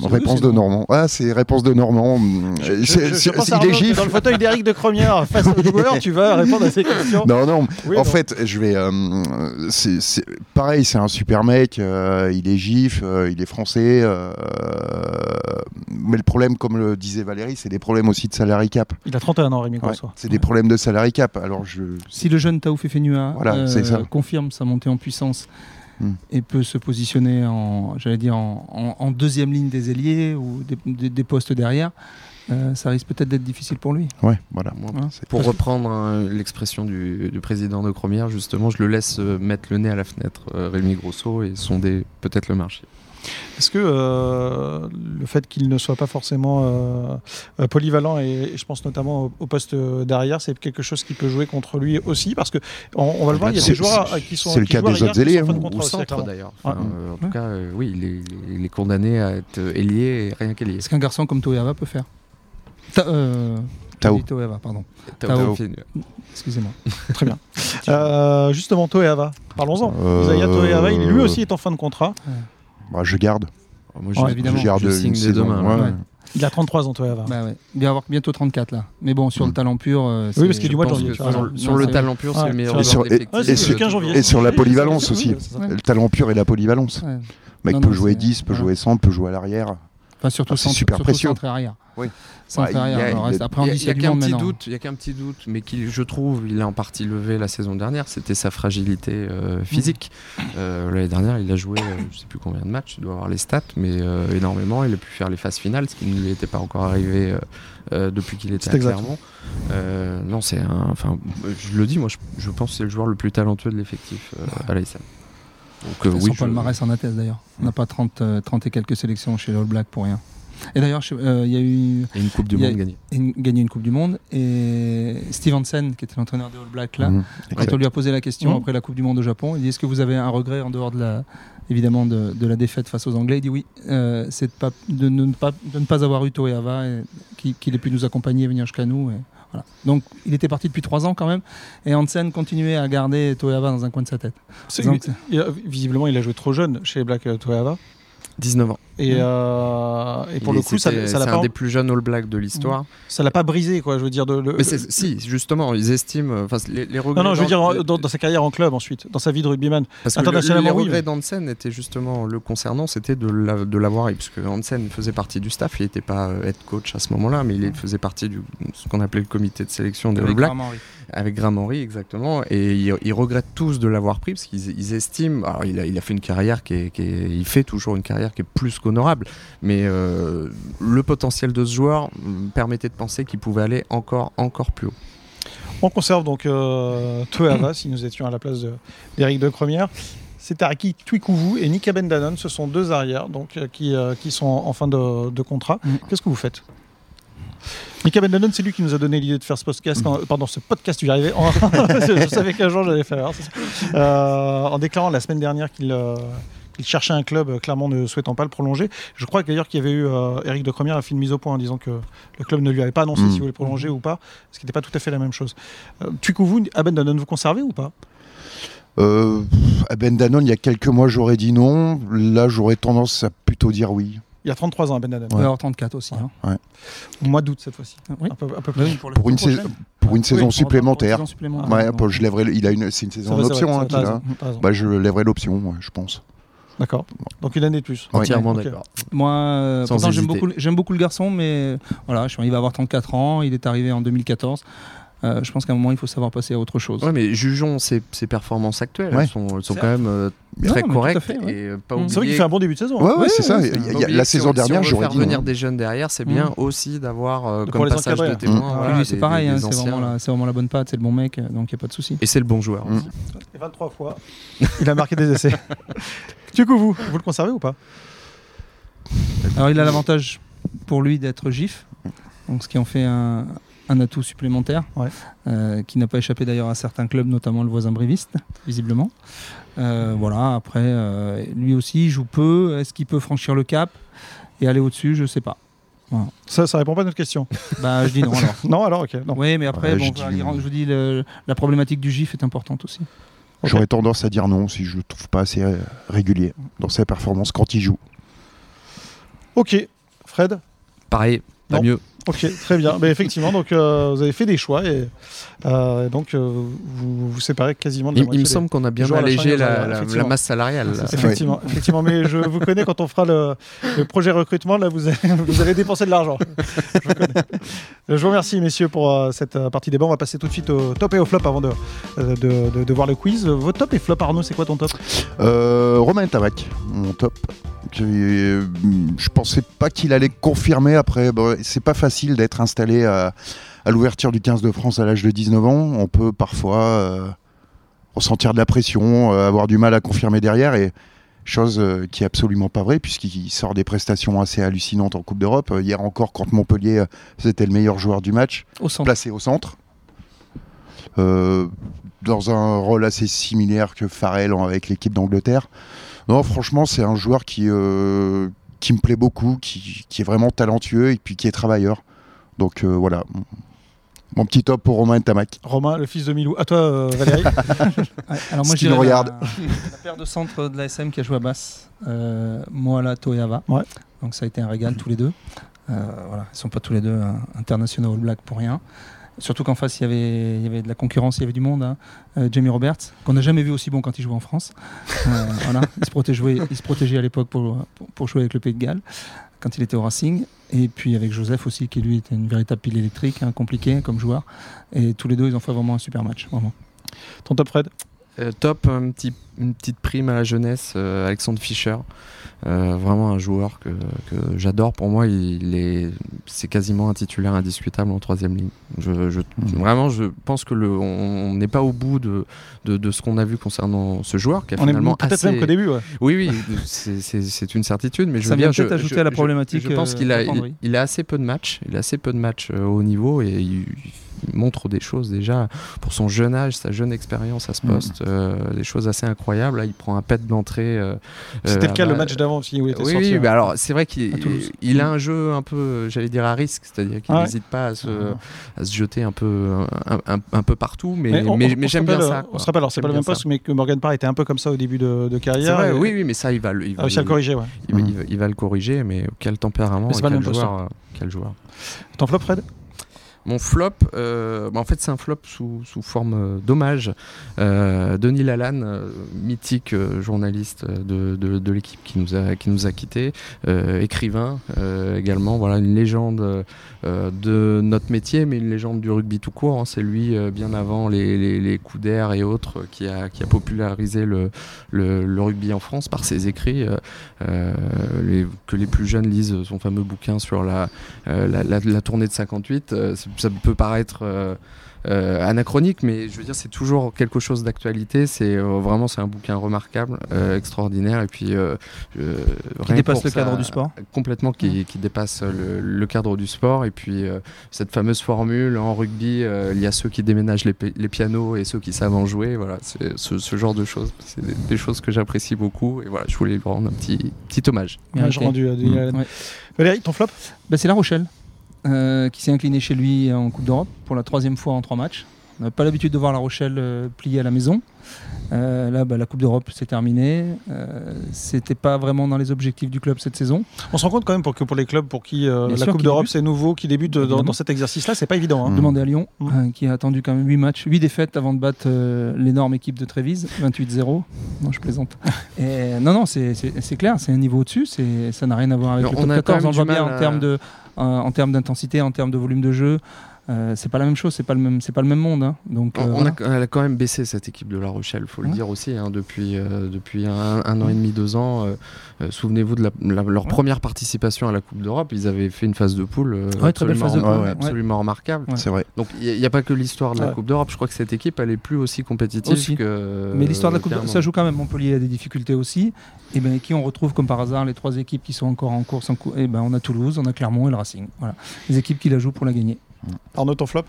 Speaker 3: c'est
Speaker 2: réponse
Speaker 3: aussi,
Speaker 2: de
Speaker 3: non
Speaker 2: Normand. Ah, c'est réponse de Normand. Mm,
Speaker 1: Je-
Speaker 2: euh,
Speaker 1: je-
Speaker 2: c'est-
Speaker 1: je- je
Speaker 2: c'est-
Speaker 1: pense à
Speaker 2: Il est
Speaker 1: Arnaud, t'es
Speaker 2: gifle.
Speaker 1: Dans le fauteuil d'Eric de Cromière, face au joueur, tu vas répondre à ces questions.
Speaker 2: Non, non.
Speaker 1: Oui,
Speaker 2: en
Speaker 1: non.
Speaker 2: fait, je vais. euh, c'est- c'est- pareil, c'est un super mec. euh, il est gif, euh, il est français. euh, mais le problème, comme le disait Valérie, c'est des problèmes aussi de salary cap.
Speaker 1: Il a 31 ans, Rémi
Speaker 2: Ouais,
Speaker 1: Grosso.
Speaker 2: c'est des problèmes de salary cap. Alors, je.
Speaker 3: Si le jeune Taouf Fenua
Speaker 2: Voilà, c'est ça.
Speaker 3: confirme sa montée en puissance
Speaker 2: Mm.
Speaker 3: et peut se positionner en, j'allais dire en, en- en deuxième ligne des ailiers ou des, des- des postes derrière, euh, ça risque peut-être d'être difficile pour lui.
Speaker 2: Ouais, voilà.
Speaker 4: Moi,
Speaker 3: Hein.
Speaker 2: C'est-
Speaker 4: Pour reprendre hein, l'expression du, du président de Cromière, justement, je le laisse euh, mettre le nez à la fenêtre, euh, Rémi Grosso, et sonder peut-être le marché.
Speaker 1: Est-ce que euh, le fait qu'il ne soit pas forcément euh, euh, polyvalent, et, et je pense notamment au, au poste euh, d'arrière, c'est quelque chose qui peut jouer contre lui aussi Parce que on, on va le voir, il y a des
Speaker 2: Ah bah, C'est-
Speaker 1: joueurs
Speaker 2: c'est-
Speaker 1: euh, qui sont.
Speaker 2: c'est le
Speaker 1: qui
Speaker 2: cas
Speaker 1: jouent arrière,
Speaker 2: des autres
Speaker 1: qui sont
Speaker 2: ailiers,
Speaker 1: en fin de
Speaker 2: ou-
Speaker 1: contrat
Speaker 4: Au
Speaker 1: aussi, hein.
Speaker 4: centre
Speaker 1: clairement.
Speaker 4: d'ailleurs.
Speaker 1: Ouais.
Speaker 4: Enfin, euh, en tout
Speaker 3: Ah, mm. Ouais.
Speaker 4: cas, euh, oui, il est, il est- il est condamné à être ailier et rien qu'ailier.
Speaker 3: Ce qu'un garçon comme Toeava peut faire. Ta- euh,
Speaker 2: Tao.
Speaker 3: j'ai dit Toeava, pardon.
Speaker 2: Tao.
Speaker 3: Excusez-moi.
Speaker 1: Très bien. Euh, justement, Toeava, parlons-en.
Speaker 2: Euh,
Speaker 1: Isaiah Toeava, il- lui aussi est en fin de contrat.
Speaker 2: Bah, je garde.
Speaker 4: Moi,
Speaker 3: Ouais, évidemment.
Speaker 2: je garde
Speaker 4: je signe
Speaker 2: une
Speaker 4: dès
Speaker 2: saison.
Speaker 4: demain, là.
Speaker 2: ouais.
Speaker 3: Ouais.
Speaker 1: Il a 33 ans,
Speaker 4: Ah.
Speaker 1: Toeava.
Speaker 3: Bah ouais. Il va avoir bientôt 34 là. Mais bon, sur le talent pur. euh, c'est-
Speaker 1: parce qu'il est du mois de
Speaker 4: pense
Speaker 1: janvier,
Speaker 4: que
Speaker 1: tu
Speaker 4: Sur,
Speaker 1: vois.
Speaker 4: le- Hmm. sur
Speaker 3: Non,
Speaker 4: le
Speaker 3: c'est-
Speaker 4: talent pur, c'est
Speaker 1: Ouais.
Speaker 4: le meilleur
Speaker 1: Et
Speaker 2: sur-
Speaker 4: joueur
Speaker 2: et-
Speaker 4: d'effectif
Speaker 1: Ouais, Ah, c'est
Speaker 4: de-
Speaker 1: sur le 15 janvier.
Speaker 2: Et sur la polyvalence
Speaker 1: Oui,
Speaker 2: aussi.
Speaker 1: c'est ça.
Speaker 2: Le talent pur et la polyvalence.
Speaker 3: Ouais.
Speaker 2: Le mec
Speaker 3: Non,
Speaker 2: peut
Speaker 3: non,
Speaker 2: jouer
Speaker 3: c'est-
Speaker 2: 10, peut
Speaker 3: voilà.
Speaker 2: jouer 100, peut jouer à l'arrière.
Speaker 3: Enfin, surtout
Speaker 2: Ah, c'est
Speaker 3: centre-
Speaker 2: super
Speaker 3: surtout
Speaker 2: précieux.
Speaker 3: centre arrière.
Speaker 2: Oui.
Speaker 3: Centre
Speaker 2: Bah, il y a-
Speaker 3: arrière, le
Speaker 2: il y a-
Speaker 3: reste. Après, on
Speaker 4: Il y a-
Speaker 3: dit
Speaker 4: il y a,
Speaker 3: du
Speaker 4: qu'un
Speaker 3: monde
Speaker 4: petit
Speaker 3: maintenant.
Speaker 4: doute, il y a qu'un petit doute, mais qui, je trouve, il a en partie levé la saison dernière. C'était sa fragilité euh, physique. Euh, L'année dernière, il a joué, euh, je sais plus combien de matchs, je dois avoir les stats, mais euh, énormément. Il a pu faire les phases finales, ce qui ne lui était pas encore arrivé euh, euh, depuis qu'il était
Speaker 1: C'est
Speaker 4: à
Speaker 1: exact.
Speaker 4: Clermont. Euh, non, c'est un. Enfin, je le dis, moi, je, je pense que c'est le joueur le plus talentueux de l'effectif euh, à l'ASM. Donc euh,
Speaker 3: Son
Speaker 4: oui, je- Hmm.
Speaker 3: palmarès en atteste d'ailleurs. On n'a pas 30, euh, 30 et quelques sélections chez l'All Black pour rien. Et d'ailleurs, il euh, y a eu.
Speaker 4: Et une Coupe du Monde gagnée.
Speaker 3: Gagné une Coupe du Monde. Et Steve Hansen, qui était l'entraîneur des All Blacks, là,
Speaker 2: Mhm.
Speaker 3: quand on lui a posé la question
Speaker 2: Mm.
Speaker 1: Mhm.
Speaker 3: après la Coupe du Monde au Japon, il dit Est-ce que vous avez un regret en dehors de la. Évidemment, de, de la défaite face aux Anglais, il dit oui, euh, c'est de, pas, de, ne pas, de ne pas avoir eu Toeava, et qui- qu'il ait pu nous accompagner et venir jusqu'à nous. et voilà. Donc, il était parti depuis trois ans quand même, et Hansen continuait à garder Toeava dans un coin de sa tête.
Speaker 1: C'est-
Speaker 3: Donc-
Speaker 1: il a- visiblement, il a joué trop jeune chez les Black Toyava.
Speaker 4: 19 ans.
Speaker 1: Et, euh, et pour
Speaker 4: Il-
Speaker 1: le coup, ça
Speaker 4: c'était-
Speaker 1: ça l'a
Speaker 4: c'est
Speaker 1: pas,
Speaker 4: un des plus jeunes All Black de l'histoire.
Speaker 1: ça l'a pas brisé, quoi. Je veux dire, de, le-
Speaker 4: Mais c'est- si, justement, ils estiment. euh, Enfin, les, les regrets
Speaker 1: non, non, je veux dire,
Speaker 4: d'Han-
Speaker 1: en- dans, dans sa carrière en club ensuite, dans sa vie de rugbyman.
Speaker 4: Parce que le-
Speaker 1: Internationalement,
Speaker 4: le, les
Speaker 1: oui,
Speaker 4: regrets
Speaker 1: mais-
Speaker 4: d'Hansen étaient justement le concernant, c'était de la- de l'avoir, parce que Hansen faisait partie du staff, il n'était pas euh, head coach à ce moment-là, mais il faisait partie du ce qu'on appelait le comité de sélection de All Black,
Speaker 3: Graham Henry.
Speaker 4: avec Graham Henry exactement, et ils, ils regrettent tous de l'avoir pris parce qu'ils ils estiment, alors il a, il a fait une carrière qui est, qui est- il fait toujours une carrière qui est plus qu'honorable, mais euh, le potentiel de ce joueur euh, permettait de penser qu'il pouvait aller encore, encore plus haut.
Speaker 1: On conserve donc euh, Toeava, si nous étions à la place de- d'Éric de Cremière. C'est Araki Twikouvou et Nika Bendanon, ce sont deux arrières donc, euh, qui, euh, qui sont en fin de, de contrat.
Speaker 3: Mm.
Speaker 1: Qu'est-ce que vous faites Nika Bendanon, c'est lui qui nous a donné l'idée de faire ce podcast, en- euh, pardon, ce podcast, j'y arrivais, en- je, je savais qu'un jour j'allais faire, hein, c'est- Euh, en déclarant la semaine dernière qu'il euh, qu'il cherchait un club, euh, clairement ne souhaitant pas le prolonger. Je crois d'ailleurs qu'il y avait eu, euh, Éric de Cremière a fait une mise au point en disant que le club ne lui avait pas annoncé
Speaker 2: Mm.
Speaker 1: s'il voulait prolonger ou pas, ce qui n'était pas tout à fait la même chose. Euh, Tuikouvou, Abendanon, vous conservez ou pas
Speaker 2: Euh, à Ben Danone, il y a quelques mois, j'aurais dit non. Là, j'aurais tendance à plutôt dire oui.
Speaker 1: Il y a 33 ans, Abendanon.
Speaker 3: Il doit avoir 34 aussi. hein.
Speaker 1: Au mois d'août cette fois-ci.
Speaker 3: Oui.
Speaker 1: Un peu, un peu plus.
Speaker 3: Oui,
Speaker 2: Pour une, saison, pour une saison supplémentaire. Ouais,
Speaker 3: Paul
Speaker 2: Paul, je lèverai. le- Il a une, c'est une
Speaker 1: C'est
Speaker 2: saison
Speaker 1: vrai,
Speaker 2: en
Speaker 1: c'est
Speaker 2: option
Speaker 1: vrai, t'as
Speaker 2: hein, qu'il
Speaker 1: raison,
Speaker 2: a.
Speaker 1: t'as raison.
Speaker 2: Bah, je lèverai l'option, ouais, je pense.
Speaker 1: D'accord. Donc une année de plus.
Speaker 2: Ouais.
Speaker 4: Entièrement
Speaker 1: Ok.
Speaker 4: d'accord.
Speaker 3: Moi, euh,
Speaker 4: Sans
Speaker 3: pourtant, j'aime
Speaker 4: hésiter.
Speaker 3: beaucoup, j'aime beaucoup le garçon, mais euh, voilà, je suis, il va avoir 34 ans, il est arrivé en 2014. Euh, je pense qu'à un moment, il faut savoir passer à autre chose.
Speaker 4: Ouais, mais jugeons ses, ses performances actuelles.
Speaker 2: Ouais.
Speaker 4: Elles sont, elles sont
Speaker 3: C'est-
Speaker 4: quand même euh,
Speaker 3: Non, mais
Speaker 4: très
Speaker 3: tout à
Speaker 4: correctes
Speaker 3: fait, ouais.
Speaker 4: et euh, pas
Speaker 3: Mm.
Speaker 1: C'est vrai qu'il
Speaker 4: oublier-
Speaker 1: fait un bon début de saison. hein.
Speaker 2: Ouais, ouais, c'est ça. Il
Speaker 3: ouais,
Speaker 2: y a-
Speaker 3: c'est
Speaker 2: il y
Speaker 4: pas
Speaker 2: a-
Speaker 4: oublier
Speaker 2: la
Speaker 4: que si
Speaker 2: saison
Speaker 4: on-
Speaker 2: dernière,
Speaker 4: si on veut
Speaker 2: j'aurais
Speaker 4: faire
Speaker 2: dit
Speaker 4: venir
Speaker 2: non.
Speaker 3: hein.
Speaker 4: des jeunes derrière, c'est bien
Speaker 3: Mm.
Speaker 4: aussi d'avoir euh,
Speaker 1: De
Speaker 4: comme
Speaker 1: pour les
Speaker 4: passage de
Speaker 1: encadrer.
Speaker 4: témoin.
Speaker 2: Mm.
Speaker 3: Lui,
Speaker 4: voilà,
Speaker 3: c'est
Speaker 4: des-
Speaker 3: pareil,
Speaker 4: des
Speaker 3: hein, c'est
Speaker 4: anciens.
Speaker 3: vraiment, la- c'est vraiment la bonne patte, c'est le bon mec, euh, donc il n'y a pas de souci.
Speaker 4: Et c'est le bon joueur.
Speaker 2: Mm.
Speaker 4: aussi.
Speaker 1: Et 23 fois. Il a marqué des essais. Tuikouvou, vous le conservez ou pas
Speaker 3: Alors, il a l'avantage pour lui d'être GIF, donc ce qui en fait un, un atout supplémentaire,
Speaker 1: Ouais.
Speaker 3: euh, qui n'a pas échappé d'ailleurs à certains clubs, notamment le voisin Bréviste, visiblement. Euh, voilà, après, euh, lui aussi, il joue peu. Est-ce qu'il peut franchir le cap et aller au-dessus Je ne sais pas.
Speaker 1: ça, ça répond pas à notre question.
Speaker 3: Bah, je dis non alors.
Speaker 1: non, alors, ok. Non.
Speaker 3: Oui, mais après,
Speaker 2: Ouais,
Speaker 3: bon,
Speaker 2: je
Speaker 3: voilà,
Speaker 2: dis-
Speaker 3: il rend- je vous dis, le- la problématique du GIF est importante aussi.
Speaker 1: Ok.
Speaker 2: J'aurais tendance à dire non si je le trouve pas assez euh, régulier dans sa performance quand il joue.
Speaker 1: Ok. Fred
Speaker 4: Pareil, pas
Speaker 1: Non.
Speaker 4: mieux.
Speaker 1: Ok, très bien. Mais effectivement, donc euh, vous avez fait des choix et, euh, et donc euh, vous vous séparez quasiment de la
Speaker 4: Il, il
Speaker 1: moitié
Speaker 4: me
Speaker 1: des-
Speaker 4: semble qu'on a bien
Speaker 1: joueurs à la charnière,
Speaker 4: allégé la,
Speaker 1: ouais,
Speaker 4: la-
Speaker 1: effectivement. Ah,
Speaker 4: la masse salariale. là.
Speaker 1: C'est- Effectivement, effectivement, mais je vous connais quand on fera le, le projet recrutement, là vous allez, vous allez dépenser de l'argent. Je vous, connais. Je vous remercie messieurs pour euh, cette euh, partie débat. On va passer tout de suite au top et au flop avant de, euh, de, de- de voir le quiz. Vos top et flop, Arnaud, c'est quoi ton top
Speaker 2: Euh, Romain Tabac, mon top. Qui, euh, je pensais pas qu'il allait confirmer après. Bon, c'est pas facile d'être installé à, à l'ouverture du 15 de France à l'âge de 19 ans. On peut parfois euh, ressentir de la pression, euh, avoir du mal à confirmer derrière et chose euh, qui est absolument pas vraie puisqu'il sort des prestations assez hallucinantes en Coupe d'Europe. Euh, hier encore contre Montpellier, euh, c'était le meilleur joueur du match
Speaker 3: Au centre.
Speaker 2: placé au centre, euh, dans un rôle assez similaire que Farrell en- avec l'équipe d'Angleterre. Non, franchement, c'est un joueur qui, euh, qui me plaît beaucoup, qui, qui est vraiment talentueux et puis qui est travailleur. Donc euh, voilà, mon petit top pour Romain Tamac.
Speaker 1: Romain, le fils de Milou. À toi, euh, Valérie.
Speaker 3: Ouais, alors moi,
Speaker 2: Ce
Speaker 3: je
Speaker 2: qui
Speaker 3: dirais
Speaker 2: nous
Speaker 3: la-
Speaker 2: regarde.
Speaker 3: La, paire de centre de l'ASM qui a joué à basse, euh, Moala Toyava.
Speaker 1: Ouais.
Speaker 3: Donc ça a été un régal tous les deux. Euh, voilà, ils sont pas tous les deux euh, internationaux All Black pour rien. Surtout qu'en face, il y, avait, il y avait de la concurrence, il y avait du monde. hein. Euh, Jamie Roberts, qu'on n'a jamais vu aussi bon quand il jouait en France. Euh, voilà, il se protégeait, il se protégeait à l'époque pour, pour, pour jouer avec le Pays de Galles, quand il était au Racing. Et puis avec Joseph aussi, qui lui était une véritable pile hein, électrique, hein, compliqué comme joueur. Et tous les deux, ils ont fait vraiment un super match. Vraiment.
Speaker 1: Ton top, Fred
Speaker 4: Euh, top, un petit, une petite prime à la jeunesse, euh, Alexandre Fischer. Euh, vraiment un joueur que, que j'adore. Pour moi, il, est, c'est quasiment un titulaire indiscutable en troisième ligne. Je, je
Speaker 1: Mhm.
Speaker 4: mmh. Vraiment, je pense que le, on n'est pas au bout de, de, de ce qu'on a vu concernant ce joueur. Qui a
Speaker 1: on
Speaker 4: finalement
Speaker 1: est peut-être
Speaker 4: assez... euh,
Speaker 1: même qu'au début. Ouais.
Speaker 4: Oui, oui, c'est, une certitude. Mais je
Speaker 3: Ça
Speaker 4: veux vient
Speaker 3: peut-être ajouter
Speaker 4: je,
Speaker 3: à la problématique.
Speaker 4: Je,
Speaker 1: euh,
Speaker 4: pense qu'il a, il, il, a assez peu de matchs. Il a assez peu de matchs euh, au haut niveau et il, il montre des choses déjà pour son jeune âge, sa jeune expérience
Speaker 1: Mm.
Speaker 4: à ce poste, mmh. euh, des choses assez incroyables. Là, il prend un pet d'entrée. Euh,
Speaker 1: C'était euh, le cas bah, le match d'avant aussi où il était
Speaker 4: oui,
Speaker 1: sorti.
Speaker 4: Oui, hein. bah alors c'est vrai qu'il il
Speaker 1: Mm.
Speaker 4: a un jeu un peu, j'allais dire à risque, c'est-à-dire qu'il ah n'hésite ouais. pas à se, à se, jeter un peu, un, un, un peu partout, mais, mais, mais, mais j'aime bien ça. Quoi.
Speaker 1: Ah. On se rappelle, alors c'est pas le même poste, ça. mais que Morgan Parr était un peu comme ça au début de, de carrière.
Speaker 4: Vrai, oui, oui, mais ça, il va, il va,
Speaker 1: ah, il va le corriger. Ouais.
Speaker 4: Il, mmh. il, va, le corriger, mais quel tempérament, et quel, joueur, euh, quel joueur.
Speaker 1: T'en flop, Fred
Speaker 4: mon flop, euh, bah en fait c'est un flop sous, sous forme euh, d'hommage. Euh, Denis Lalanne, mythique euh, journaliste euh, de, de, de l'équipe qui nous a, qui nous a quittés, euh, écrivain euh, également, voilà une légende euh, de notre métier, mais une légende du rugby tout court. Hein. C'est lui, bien avant les, les, les coups d'air et autres, qui a, qui a popularisé le, le, le rugby en France par ses écrits. euh, Les, que les plus jeunes lisent son fameux bouquin sur la, euh, la, la, la tournée de 58 ça peut paraître euh, euh, anachronique, mais je veux dire, c'est toujours quelque chose d'actualité. C'est euh, vraiment, c'est un bouquin remarquable, euh, extraordinaire, et puis euh,
Speaker 3: qui dépasse le ça, cadre du sport
Speaker 4: complètement, qui, qui dépasse euh, le, le, cadre du sport, et puis euh, cette fameuse formule en rugby, euh, il y a ceux qui déménagent les, les, pianos et ceux qui savent en jouer. Voilà, ce, ce, genre de choses, c'est des, des, choses que j'apprécie beaucoup, et voilà, je voulais lui rendre un petit, petit hommage.
Speaker 3: Ah,
Speaker 1: Bien okay. rendu,
Speaker 4: Mm,
Speaker 1: mmh. ouais. Valérie, ton flop
Speaker 3: bah, c'est La Rochelle. Euh, qui s'est incliné chez lui en Coupe d'Europe pour la troisième fois en trois matchs. On n'a pas l'habitude de voir La Rochelle euh, plier à la maison. Euh, là, bah, la Coupe d'Europe s'est terminée. C'était pas vraiment dans les objectifs du club cette saison.
Speaker 1: On se rend compte quand même pour que pour les clubs pour qui euh, la sûr, Coupe qu d'Europe c'est nouveau, qui débute dans, dans, cet exercice-là, c'est pas évident. Hein.
Speaker 3: Mmh. Demandez à Lyon, mmh. qui a attendu quand même 8 matchs, 8 défaites avant de battre euh, l'énorme équipe de Trévise, 28-0. Non, je plaisante. Et, non, non, c'est clair, c'est un niveau au-dessus. Ça n'a rien à voir avec non, le top 14. On le voit bien à... en termes de euh, en termes d'intensité, en termes de volume de jeu. Euh, c'est pas la même chose, c'est pas le même, c'est pas le même monde. Hein. Donc,
Speaker 4: on, euh, voilà. on, a, elle a quand même baissé cette équipe de La Rochelle, faut le ouais. dire aussi, hein, depuis euh, depuis un, un, an et demi, deux ans. Euh, souvenez-vous de la, la, leur ouais. première participation à la Coupe d'Europe, ils avaient fait une phase de poule euh,
Speaker 3: ouais, absolument, de poule,
Speaker 4: absolument remarquable.
Speaker 2: C'est vrai.
Speaker 4: Donc il n'y a, a, pas que l'histoire de la Coupe d'Europe. Je crois que cette équipe, elle est plus aussi compétitive aussi. que.
Speaker 3: Mais l'histoire de la Coupe d'Europe, ça joue quand même. Montpellier a des difficultés aussi, et ben qui on retrouve comme par hasard les trois équipes qui sont encore en course. En cou et ben on a Toulouse, on a Clermont et le Racing. Voilà, les équipes qui la jouent pour la gagner.
Speaker 1: Arnaud, ton flop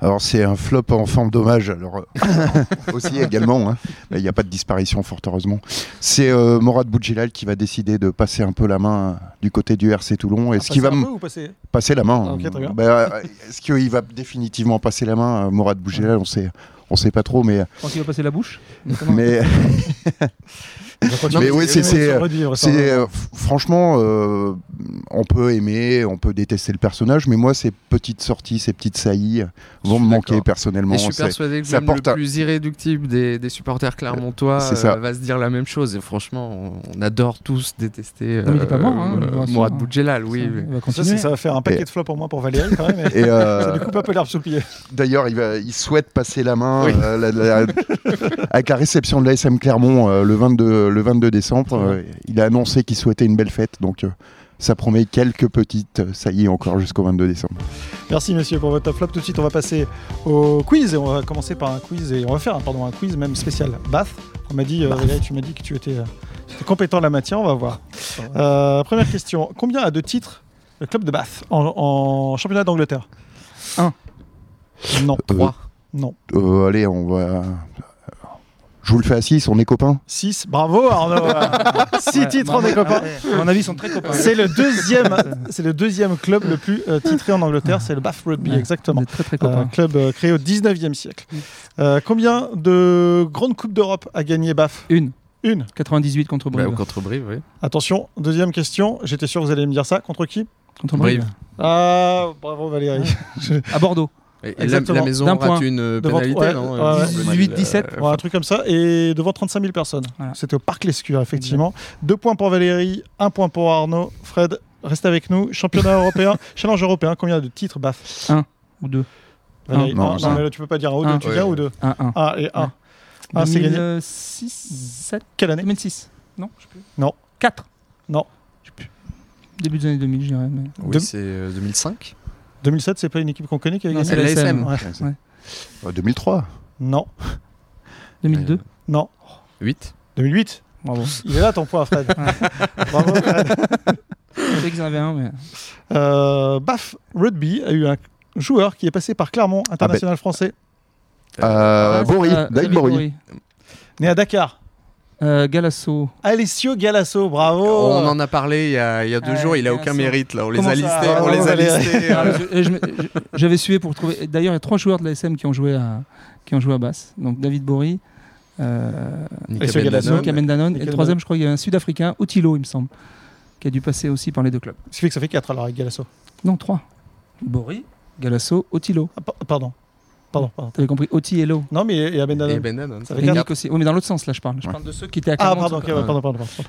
Speaker 2: Alors, c'est un flop en forme d'hommage, alors euh, aussi également. Il hein, n'y a pas de disparition, fort heureusement. C'est euh, Morad Boudjilal qui va décider de passer un peu la main du côté du RC Toulon.
Speaker 1: Est-ce qu'il va ou passer,
Speaker 2: passer la main
Speaker 1: ah, okay,
Speaker 2: bah, Est-ce qu'il va définitivement passer la main à Morad Boudjilal On sait, on sait pas trop, mais.
Speaker 3: Je pense qu'il va passer la bouche.
Speaker 2: Mais. mais oui, c'est franchement, euh, on peut aimer, on peut détester le personnage, mais moi, ces petites sorties, ces petites saillies vont me manquer personnellement. Et
Speaker 4: je suis persuadé que ça porte le à... plus irréductible des, des supporters clermontois euh, ça. va se dire la même chose. Et franchement, on, on adore tous détester
Speaker 3: non, euh, il est pas mort, hein,
Speaker 4: Mourad Boudjelal, oui.
Speaker 1: Ça, ça, ça, va faire un paquet et... de flops pour moi pour Valérie quand même. Et ça lui coupe un peu l'herbe sous pied.
Speaker 2: euh, D'ailleurs, il, va, il souhaite passer la main oui. la, la, avec la réception de l'ASM Clermont euh, le 22 le 22 décembre, euh, il a annoncé qu'il souhaitait une belle fête. Donc euh, ça promet quelques petites euh, ça y est encore jusqu'au 22 décembre.
Speaker 1: Merci monsieur pour votre top flop. Tout de suite, on va passer au quiz et on va commencer par un quiz et on va faire un, pardon, un quiz même spécial Bath. On m'a dit, euh, Valérie, tu m'as dit que tu étais, étais compétent en la matière, on va voir. Euh, première question, combien a de titres le club de Bath en, en championnat d'Angleterre
Speaker 3: 1
Speaker 1: Non.
Speaker 4: 3
Speaker 1: Non.
Speaker 2: Euh, allez, on va je vous le fais à 6, on est copains
Speaker 1: 6, bravo Arnaud 6 ouais, titres, on est copains
Speaker 3: À mon avis, ils sont très copains.
Speaker 1: C'est le, deuxième, le deuxième club le plus euh, titré en Angleterre, c'est le Bath Rugby, ouais, exactement.
Speaker 3: Très, très copains. Euh,
Speaker 1: club euh, créé au 19e siècle. Euh, combien de grandes Coupes d'Europe a gagné Bath
Speaker 3: Euh, Une.
Speaker 1: Une
Speaker 3: 98 contre Brive.
Speaker 4: Bah, contre Brive, oui.
Speaker 1: Attention, deuxième question, j'étais sûr que vous allez me dire ça. Contre qui
Speaker 3: Contre Brive.
Speaker 1: Ah, bravo Valérie. Ouais.
Speaker 3: à Bordeaux.
Speaker 4: Et la, la, maison un rate une euh, pénalité, ouais, non
Speaker 1: euh, 18, 17 euh, ouais, Un truc comme ça, et devant 35 000 personnes. Voilà. C'était au Parc Lescure, effectivement. Exactement. Deux points pour Valérie, un point pour Arnaud. Fred, reste avec nous. Championnat européen, challenge européen, combien de titres baf
Speaker 3: Un ou deux.
Speaker 1: Ah,
Speaker 3: Ah.
Speaker 1: Valérie, un, non, non, non mais là, tu peux pas dire un ou deux, un, tu dis ouais. un ou deux.
Speaker 3: Un,
Speaker 1: ah, et un. Ah, c'est gagné.
Speaker 3: 2006, 7,
Speaker 1: Quelle année
Speaker 3: 2006. Non, je sais plus.
Speaker 1: Non.
Speaker 3: 4.
Speaker 1: Non.
Speaker 3: Je sais plus. Début des années 2000, je dirais. mais-
Speaker 4: Oui,
Speaker 1: Deux-
Speaker 4: c'est euh, 2005.
Speaker 1: 2007, c'est pas une équipe qu'on connaît qui a
Speaker 3: Non,
Speaker 1: gagné
Speaker 3: c'est l'ASM.
Speaker 1: Ouais. Non.
Speaker 2: Euh, 2003.
Speaker 1: non,
Speaker 3: 2002.
Speaker 4: Euh, 8.
Speaker 1: 2008.
Speaker 3: Bravo.
Speaker 1: Il est là ton point, Fred. Bravo, Fred.
Speaker 3: je sais qu'ils en avaient un, mais.
Speaker 1: Euh, Baf Rugby a eu un joueur qui est passé par Clermont, international français,
Speaker 2: Euh, Bory,
Speaker 3: Euh,
Speaker 2: David
Speaker 3: David
Speaker 2: Bory.
Speaker 3: Bory.
Speaker 1: né à Dakar.
Speaker 3: Euh, Galasso.
Speaker 1: Alessio Galasso, bravo.
Speaker 4: On en a parlé il y a, il y a deux
Speaker 3: Oh. Ouais,
Speaker 4: jours, il a
Speaker 3: bien
Speaker 4: aucun
Speaker 3: sûr.
Speaker 4: mérite là. On les
Speaker 1: Comment
Speaker 4: a
Speaker 1: ça
Speaker 4: listés,
Speaker 1: Ah,
Speaker 4: on les a
Speaker 1: Valérie.
Speaker 4: listés.
Speaker 3: Ah,
Speaker 4: euh,
Speaker 3: je- je me- je- J'avais sué pour trouver. D'ailleurs, il y a trois joueurs de l'ASM qui ont joué à qui ont joué à basse. Donc David Bory, euh,
Speaker 4: Nick
Speaker 1: Et ce gars-là,
Speaker 4: Abendanon.
Speaker 1: Danone,
Speaker 3: Danone, Danone,
Speaker 1: et
Speaker 3: et
Speaker 1: quel
Speaker 3: le troisième, je crois, il y a un Sud-Africain, Otilo, il me semble, qui a dû passer aussi par les deux clubs.
Speaker 1: Ce qui fait que ça fait 4 alors avec Galasso.
Speaker 3: Non, trois. Bory, Galasso, Otilo.
Speaker 1: Ah, pa- pardon. Pardon, pardon.
Speaker 3: T'avais compris, Otiello.
Speaker 1: Non, mais et
Speaker 4: Et
Speaker 1: Abendanon.
Speaker 4: Abendanon.
Speaker 1: Ça fait
Speaker 3: Et ben,
Speaker 1: quatre.
Speaker 3: Nick aussi. Oui, mais dans l'autre sens, là, je parle. Je
Speaker 2: Ouais.
Speaker 3: parle de ceux qui étaient à
Speaker 1: Ah,
Speaker 3: Clermont.
Speaker 1: pardon, ok, ouais,
Speaker 4: Ouais.
Speaker 1: pardon, pardon, pardon.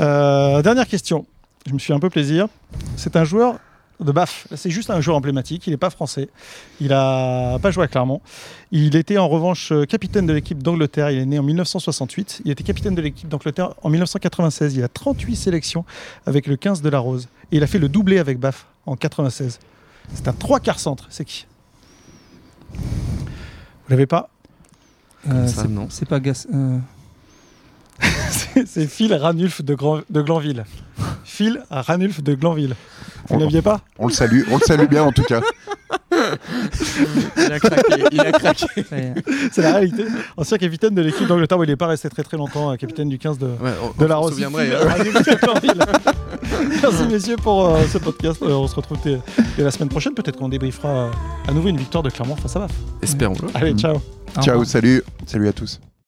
Speaker 1: Euh, dernière question. Je me suis un peu plaisir. C'est un joueur de BAF. C'est juste un joueur emblématique. Il n'est pas français. Il n'a pas joué à Clermont. Il était en revanche euh, capitaine de l'équipe d'Angleterre. Il est né en 1968. Il était capitaine de l'équipe d'Angleterre en 1996. Il a 38 sélections avec le 15 de la Rose. Et il a fait le doublé avec BAF en 96. C'est un trois quarts centre. C'est qui Vous l'avez pas
Speaker 3: Euh,
Speaker 4: ça,
Speaker 3: c'est-
Speaker 4: non.
Speaker 3: C'est pas Gas. euh,
Speaker 1: C'est- C'est Phil Ranulf de, Gran- de Glanville. Phil Ranulf de Glanville. Vous
Speaker 2: On-
Speaker 1: n'aviez pas
Speaker 2: On le salue, on le salue bien en tout cas.
Speaker 4: Il a craqué. Il a craqué.
Speaker 3: ça y est.
Speaker 1: C'est la réalité. Ancien capitaine de l'équipe d'Angleterre, mais il n'est pas resté très très longtemps, euh, capitaine du 15 de,
Speaker 4: Ouais, on-
Speaker 1: de
Speaker 4: on
Speaker 1: la
Speaker 4: s'en
Speaker 1: Rossi.
Speaker 4: souviendrait,
Speaker 1: Phil
Speaker 4: hein.
Speaker 1: Ranulf de Glanville. Merci messieurs pour euh, ce podcast. Euh, on se retrouve dès, dès la semaine prochaine. Peut-être qu'on débriefera euh, à nouveau une victoire de Clermont face à Baf.
Speaker 4: Espérons-le.
Speaker 1: Allez, ciao.
Speaker 3: Au revoir.
Speaker 2: Ciao, salut, salut à tous.